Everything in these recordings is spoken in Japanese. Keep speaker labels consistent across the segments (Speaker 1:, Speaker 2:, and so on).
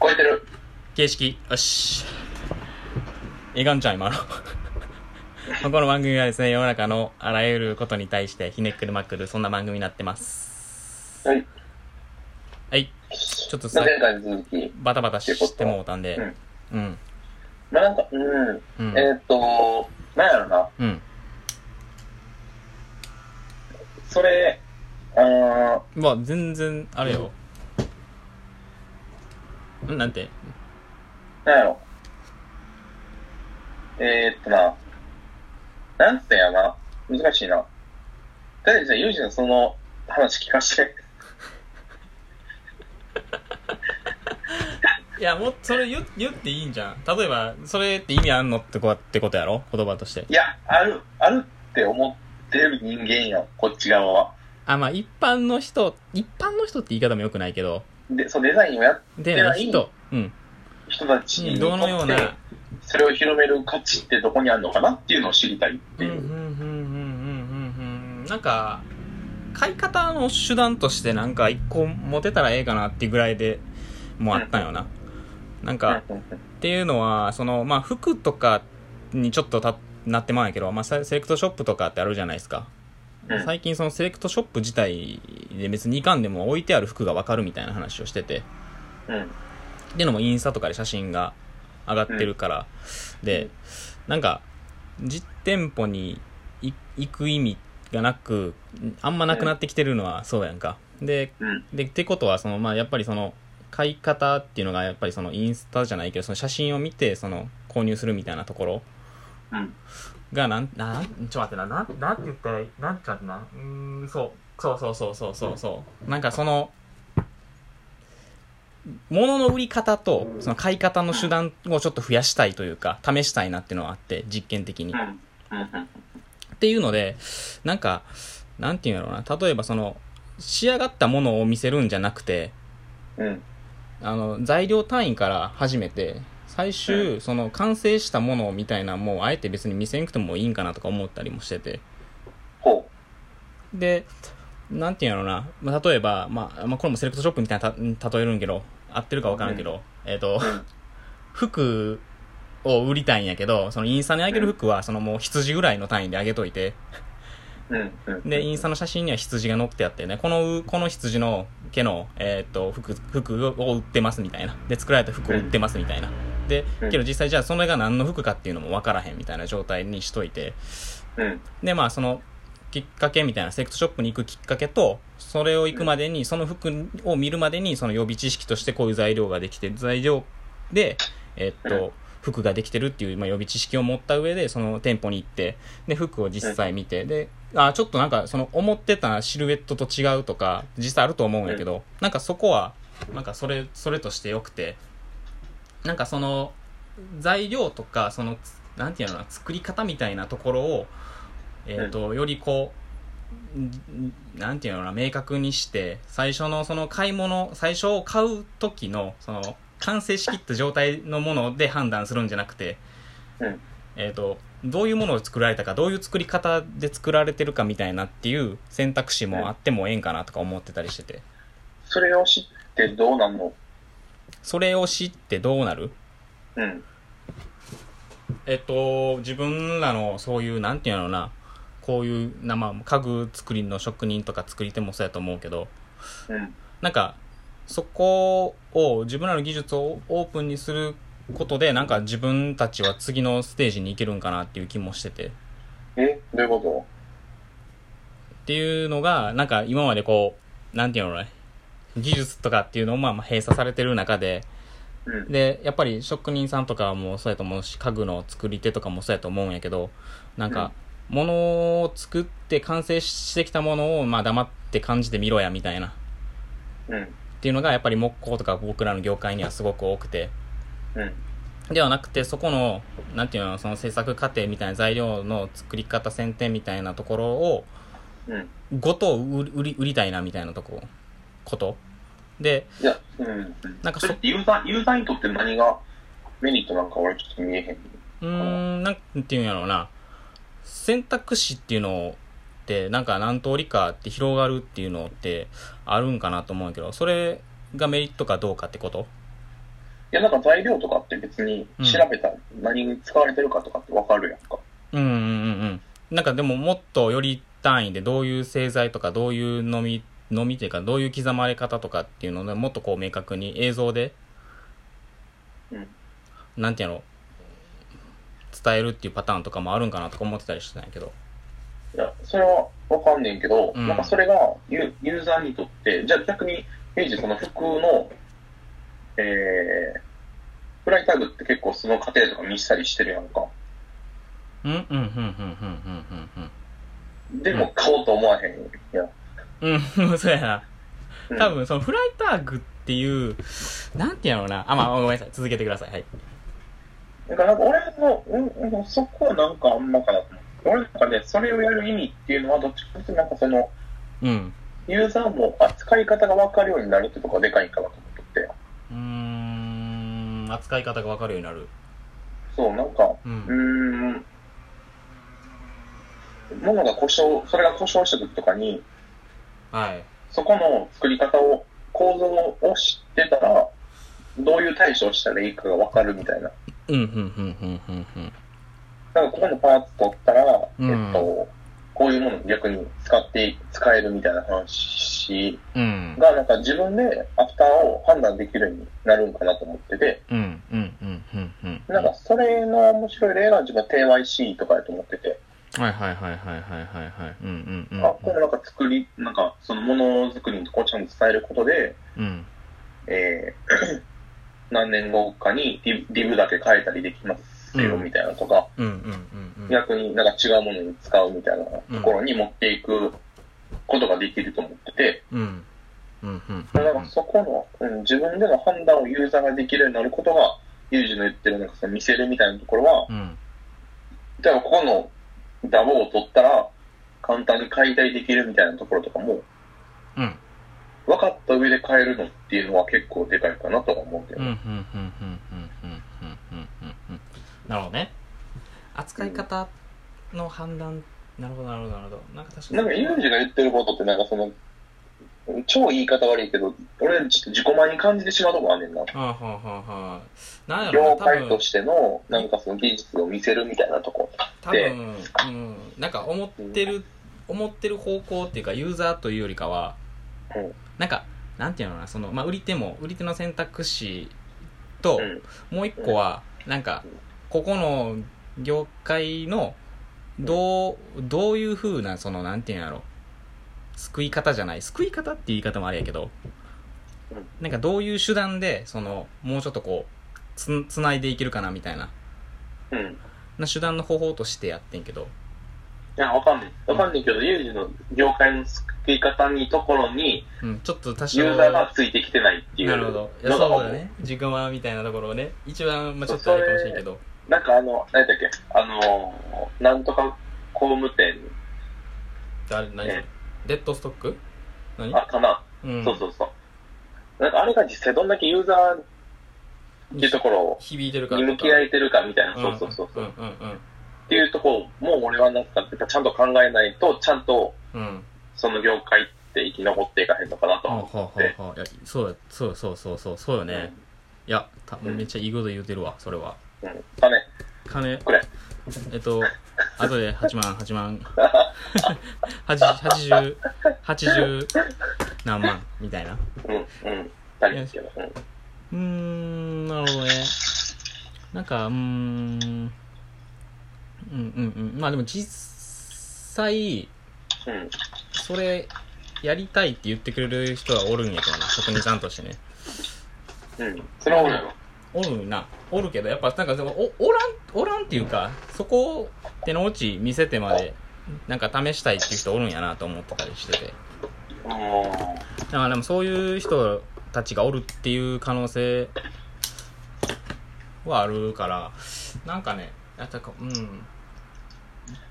Speaker 1: 超えてる。
Speaker 2: 形式よしえがんちゃん今の この番組はですね世の中のあらゆることに対してひねくるまくるそんな番組になってます
Speaker 1: はい。
Speaker 2: はいちょっとさ
Speaker 1: 前回の続き。
Speaker 2: バタバタしてもうたんでうん
Speaker 1: まあ、なんか、うん。
Speaker 2: うん
Speaker 1: えーっと、なんやろな。
Speaker 2: うん
Speaker 1: それ、あー、
Speaker 2: まあ全然あれようんなんて
Speaker 1: なんやろ。えー、っとな。なんつってんやな。難しいな。とりあえずじゃあ、ユージのその話聞かして。
Speaker 2: いやもうそれ言言っていいんじゃん例えばそれって意味あんのってこってことやろ言葉として
Speaker 1: いや、ある、あるって思ってる人間やん、こっち側は。
Speaker 2: あまあ一般の人一般の人って言い方もよくないけど
Speaker 1: で、そのデザインをやっ
Speaker 2: で
Speaker 1: では
Speaker 2: 人うん
Speaker 1: 人たちにと
Speaker 2: ど
Speaker 1: っ
Speaker 2: のよう
Speaker 1: て
Speaker 2: な、
Speaker 1: それを広める価値ってどこにあるのかなっていうのを知りたいっ
Speaker 2: う
Speaker 1: て
Speaker 2: んう
Speaker 1: い
Speaker 2: んうんう
Speaker 1: う。
Speaker 2: んうんうんなんか買い方の手段としてなんか一個持てたらええかなっていうぐらいでもうあったんよな、なんか、
Speaker 1: うんうん
Speaker 2: っていうのはそのまあ服とかにちょっとたなってまうんやけど、まあ、セセレクトショップとかってあるじゃないですか、
Speaker 1: うん
Speaker 2: 最近そのセレクトショップ自体で別にいかんでも置いてある服がわかるみたいな話をしてて
Speaker 1: うん。
Speaker 2: っていうのもインスタとかで写真が上がってるから、でなんか実店舗にい行く意味がなくあんまなくなってきてるのはそうやんかで
Speaker 1: うん。
Speaker 2: でってことはその、まあ、やっぱりその買い方っていうのがやっぱりそのインスタじゃないけどその写真を見てその購入するみたいなところ
Speaker 1: うん。
Speaker 2: がなんなんちょっと待ってななんなんて言ったらいいなんちゃってなうーんそうそうそうそうそうそうそうなんかその物の売り方とその買い方の手段をちょっと増やしたいというか試したいなっていうのはあって実験的に
Speaker 1: うん。うん。
Speaker 2: っていうので、なんか、なんていうんだろうな、例えばその、仕上がったものを見せるんじゃなくて、
Speaker 1: うん。
Speaker 2: あの、材料単位から始めて、最終、その、完成したものみたいな、もう、あえて別に見せんくてもいいんかなとか思ったりもしてて。
Speaker 1: ほ
Speaker 2: で、なんていうんだろうな、まあ、例えば、まあ、まあ、これもセレクトショップみたいなた例えるんけど、合ってるかわからんけど、えっ、と
Speaker 1: う。う、ん。
Speaker 2: 服を売りたいんやけど、そのインスタにあげる服は、そのもう羊ぐらいの単位であげといて、
Speaker 1: うん。うん。
Speaker 2: で、インスタの写真には羊が載ってあってね、この、この羊の毛の、えーっと、服、服を売ってますみたいな。で、作られた服を売ってますみたいな。で
Speaker 1: う、ん
Speaker 2: けど実際じゃあそれが何の服かっていうのも分からへんみたいな状態にしといて。
Speaker 1: うん。
Speaker 2: で、まあその、きっかけみたいな、セレクトショップに行くきっかけと、それを行くまでに、その服を見るまでに、その予備知識としてこういう材料ができて、材料で、えーっ
Speaker 1: う
Speaker 2: と、服ができてるっていう、まあ、予備知識を持った上で、その店舗に行って、で、服を実際見て、で、あ、ちょっとなんか、その思ってたシルエットと違うとか、実際あると思うんやけど、なんかそこは、なんかそれ、それとしてよくて、なんかその、材料とか、その、なんていうのかな、作り方みたいなところを、えっ、と、よりこう、んなんていうのかな明確にして最初のその買い物最初を買う時のその完成しきった状態のもので判断するんじゃなくて、
Speaker 1: うん
Speaker 2: えー、とどういうものを作られたかどういう作り方で作られてるかみたいなっていう選択肢もあってもええんかなとか思ってたりしてて
Speaker 1: それを知ってどうなんの
Speaker 2: それを知ってどうなる
Speaker 1: うん。
Speaker 2: えっと、自分らのそういう、なんていうのな、こういう、なまあ、家具作りの職人とか作り手もそうやと思うけど、
Speaker 1: うん。
Speaker 2: なんか、そこを、自分らの技術をオープンにすることで、なんか自分たちは次のステージに行けるんかなっていう気もしてて。
Speaker 1: えどういうこ
Speaker 2: っていうのが、なんか今までこう、なんていうのね、技術とかっていうのをまあまあ閉鎖されてる中で、
Speaker 1: とうん。
Speaker 2: でやっぱり職人さんとかもそうやと思うし家具の作り手とかもそうやと思うんやけどなんか、物を作って完成してきたものをまあ黙って感じてみろやみたいな
Speaker 1: うん。
Speaker 2: っていうのがやっぱり木工とか僕らの業界にはすごく多くて
Speaker 1: うん。
Speaker 2: ではなくてそこのなんていうのその制作過程みたいな材料の作り方選定みたいなところを
Speaker 1: うん。
Speaker 2: ごと売り売り売りたいなみたいなとこことで
Speaker 1: いや、うん。
Speaker 2: なんか
Speaker 1: そ
Speaker 2: そ
Speaker 1: れってユーザー、ユーザーにとって何がメリットなんか俺ちょっと見えへん。
Speaker 2: うーん、なんていうんやろうな。選択肢っていうのって、なんか何通りかって広がるっていうのってあるんかなと思うんやけど、それがメリットかどうかってこと
Speaker 1: や、なんか材料とかって別に調べたら何に使われてるかとかってわかるやんか。
Speaker 2: うんうんうんうん。なんかでももっとより単位でどういう製材とかどういう飲み、飲みというかどういう刻まれ方とかっていうのでもっとこう明確に映像で、
Speaker 1: うん
Speaker 2: なんていうの、伝えるっていうパターンとかもあるんかなとか思ってたりしてたんやけど。
Speaker 1: いや、それはわかんねんけど、
Speaker 2: うん
Speaker 1: なんかそれがユユーザーにとって、じゃあ逆に、平時その服の、えー、フライタグって結構その過程とか見したりしてるやんか。
Speaker 2: うんうんうんうんうん
Speaker 1: でも買おうと思わへんやん。
Speaker 2: うんうん。 うん、そうやな。
Speaker 1: うん
Speaker 2: 多分そのフライターグっていう、なんていうのな。あ、まあごめんなさい。続けてください。はい。
Speaker 1: だからなんか俺の、うんうん、そこはなんかあんまかなと思う。俺なんかね、それをやる意味っていうのはどっちかというとなんかその、
Speaker 2: うん。
Speaker 1: ユーザーも扱い方が分かるようになるってとこがでかいんかなと思ってて。
Speaker 2: うーん、扱い方がわかるようになる。
Speaker 1: そう、なんか、
Speaker 2: う
Speaker 1: うー
Speaker 2: ん。
Speaker 1: ん、ものが故障、それが故障した時とかに、
Speaker 2: はい。
Speaker 1: そこの作り方を、構造を知ってたら、どういう対処をしたらいいかが分かるみたいな。
Speaker 2: うん、うん、うん、うん、うん、うん。
Speaker 1: なんかここのパーツ取ったら、
Speaker 2: うん
Speaker 1: えっと、こういうものを逆に使って、使えるみたいな話
Speaker 2: うん。
Speaker 1: が、なんか自分でアフターを判断できるようになるんかなと思ってて、
Speaker 2: うん、うん、うん、うん、うん。
Speaker 1: なんかそれの面白い例が自分は TYC とかやと思ってて、
Speaker 2: はいはいはいはいはいはいはい。うん、うん、うん。
Speaker 1: あ、このなんか作り、なんかそのものづくりのとこをちゃんと伝えることで、
Speaker 2: うん。
Speaker 1: えー 何年後かにリブリブだけ変えたりできますよ
Speaker 2: うん
Speaker 1: みたいなとか、
Speaker 2: うん、うん、うん。
Speaker 1: 逆になんか違うものに使うみたいなところに持っていくことができると思ってて、
Speaker 2: うん。うん、うん。
Speaker 1: だからそこの、うん、自分での判断をユーザーができるようになることが、ユージの言ってるなんかその見せるみたいなところは、
Speaker 2: うん。
Speaker 1: 例えばここのダボを取ったら簡単に解体できるみたいなところとかも、
Speaker 2: うん。
Speaker 1: 分かった上で変えるのっていうのは結構でかいかなとは思うけ
Speaker 2: うん、
Speaker 1: ど、
Speaker 2: うん、うん、うん、うん、うん、うん、うん。なるほどね。扱い方の判断。なるほど、なるほど、なるほど。なんか確かに。
Speaker 1: なんかユージが言ってることってなんかその、超言い方悪いけど、俺ちょっと自己前に感じてしまうとこあんねんな。
Speaker 2: はあ、はあ、はあ、はあ。なんやろ
Speaker 1: 業
Speaker 2: うな、多
Speaker 1: 界
Speaker 2: 分
Speaker 1: と。しての、なんかその技術を見せるみたいなとこ。
Speaker 2: 多分、うん、なんか思ってる、思ってる方向っていうかユーザーというよりかは、
Speaker 1: うん
Speaker 2: なんかなんていうのかなその、まあ、売り手も売り手の選択肢と、
Speaker 1: うん。
Speaker 2: もう一個はなんか
Speaker 1: うん
Speaker 2: ここの業界のどうどういう風なそのなんていうんやろ救い方じゃない救い方って言い方もあれやけど
Speaker 1: うん
Speaker 2: なんかどういう手段でそのもうちょっとこうつつないでいけるかなみたいな
Speaker 1: うん。い
Speaker 2: な手段の方法としてやってんけど
Speaker 1: や、わかんない。わかんないけど、ユージの業界の作り方にところに、
Speaker 2: うん、ちょっと多少
Speaker 1: ユーザーがついてきてないっていう。
Speaker 2: なるほどいや
Speaker 1: のが
Speaker 2: そうだ。ね自己満みたいなところをね一番、まあ、ちょっと
Speaker 1: そ
Speaker 2: あ
Speaker 1: う
Speaker 2: れかもしれんけど
Speaker 1: なんかあの、何だっけ、あのー、なんとか工務店、
Speaker 2: あれ何それ
Speaker 1: ね
Speaker 2: デッドストック何
Speaker 1: あ、かな。
Speaker 2: うん
Speaker 1: そうそうそう。なんかあれが実際どんだけユーザーっていうところ
Speaker 2: 響いてるから
Speaker 1: に向き合えてるかみたいな、そうそうそうそうう、
Speaker 2: んうんうん
Speaker 1: っていうところも俺はなんかやっぱちゃんと考えないと、ちゃんと
Speaker 2: うん
Speaker 1: その業界って生き残っていかへんのかなと
Speaker 2: は
Speaker 1: 思
Speaker 2: は
Speaker 1: って。
Speaker 2: ははいやそうやそうそうそうそうそうよねいやた
Speaker 1: うん
Speaker 2: めっちゃいいこと言うてるわそれは
Speaker 1: うん。うん。だね。
Speaker 2: 金
Speaker 1: これ
Speaker 2: えっとあとで8万8万 80, 80何万みたいな
Speaker 1: うん。うん。足りんけど。うん。
Speaker 2: うーん、なるほどね。なんか、うーん、うんうんうん。まあでも実際、
Speaker 1: うん。
Speaker 2: それ、やりたいって言ってくれる人はおるんやけどな、職人さんとしてね。
Speaker 1: うん。それは俺やろ。
Speaker 2: おるな、おるけど、やっぱなんかでも、お、おらん、おらんっていうか、そこを手の内見せてまで、なんか試したいっていう人おるんやなと思ってたりしてて。
Speaker 1: うん。
Speaker 2: だからでもそういう人たちがおるっていう可能性はあるからなんかねやったかうん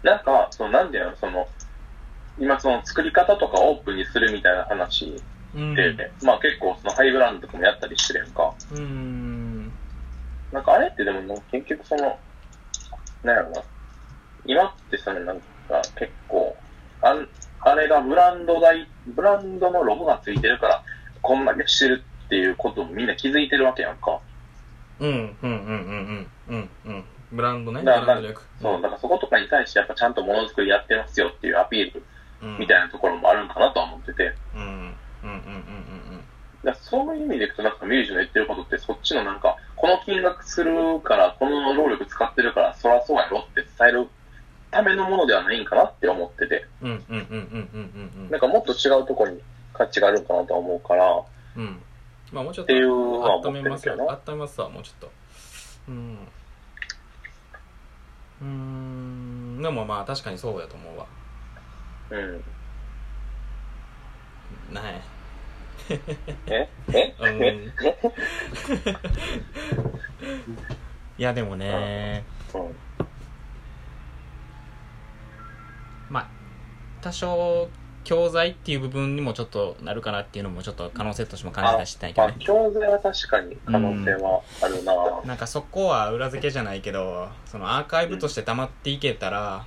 Speaker 1: なんか、その、なんだよ、その、今その作り方とかオープンにするみたいな話で、
Speaker 2: うん
Speaker 1: まあ結構そのハイブランドとかもやったりしてるやんか。
Speaker 2: うん
Speaker 1: なんかあれってでもなんか結局その、なんやろな。今ってそのなんか結構、あんあれがブランド代、ブランドのロゴがついてるから、こんだけしてるっていうこともみんな気づいてるわけやんか。
Speaker 2: うんうんうんうんうんうんうんブランドね
Speaker 1: だから
Speaker 2: ブランド力
Speaker 1: そう、だからそことかに対してやっぱちゃんとものづくりやってますよっていうアピール
Speaker 2: うん
Speaker 1: みたいなところもあるのかなとは思ってて、だか
Speaker 2: うんうんうんうん
Speaker 1: らそういう意味でいくとなんかミュージの言ってることってそっちのなんか、この金額するから、この労力使ってるから、そらそうやろって伝えるためのものではないんかなって思ってて、
Speaker 2: うんうんうんうんうんうんうん
Speaker 1: なんかもっと違うところに価値があるんかなとは思うから、っ
Speaker 2: うんうんまあもうちょってと
Speaker 1: いうのは思って
Speaker 2: 温め
Speaker 1: る
Speaker 2: ます
Speaker 1: け
Speaker 2: よ
Speaker 1: どな。
Speaker 2: 温めますわもうちょっとうんうーんでもまあ確かにそうやと思うわ
Speaker 1: うん。
Speaker 2: ない
Speaker 1: ええ
Speaker 2: うん いやでもね
Speaker 1: うん。
Speaker 2: まあ多少教材っていう部分にもちょっとなるかなっていうのもちょっと可能性としても感じたりしたいけ
Speaker 1: ま
Speaker 2: ど
Speaker 1: あ
Speaker 2: ね、
Speaker 1: 教材は確かに可能性はあるなぁ。
Speaker 2: なんかそこは裏付けじゃないけどそのアーカイブとして溜まっていけたら、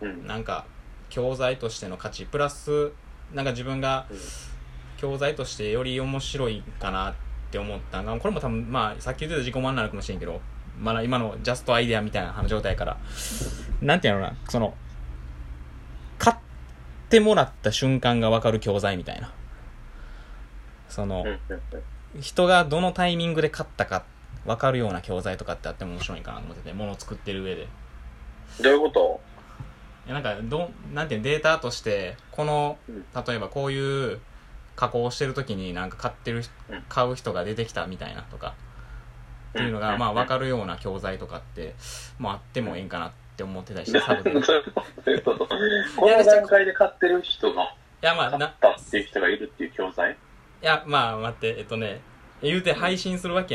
Speaker 1: うん。
Speaker 2: なんか教材としての価値プラスなんか自分が
Speaker 1: うん
Speaker 2: 教材としてより面白いかなって思ったのがこれも多分まあさっき言ってた自己満なのかもしれんけどまだ今のジャストアイデアみたいな状態やからなんていうのかなその買ってもらった瞬間が分かる教材みたいなその、
Speaker 1: うん。うん
Speaker 2: 人がどのタイミングで買ったか分かるような教材とかってあっても面白いかなと思っててものを作ってる上でい
Speaker 1: どういうこと
Speaker 2: やなんかどんなんていうのデータとしてこの
Speaker 1: うん
Speaker 2: 例えばこういう加工をしてる時になんか買ってる人
Speaker 1: うん
Speaker 2: 買う人が出てきたみたいなとかっていうのがまあ分かるような教材とかってもうあってもいいんかなって思ってたりしてサブで
Speaker 1: ど
Speaker 2: いう
Speaker 1: いうことどういうことこの段階で買ってる人が、
Speaker 2: やまあ
Speaker 1: 買
Speaker 2: な
Speaker 1: ったっていう人がいるっていう教材
Speaker 2: いやまあ待ってえっとね言うて配信するわけやん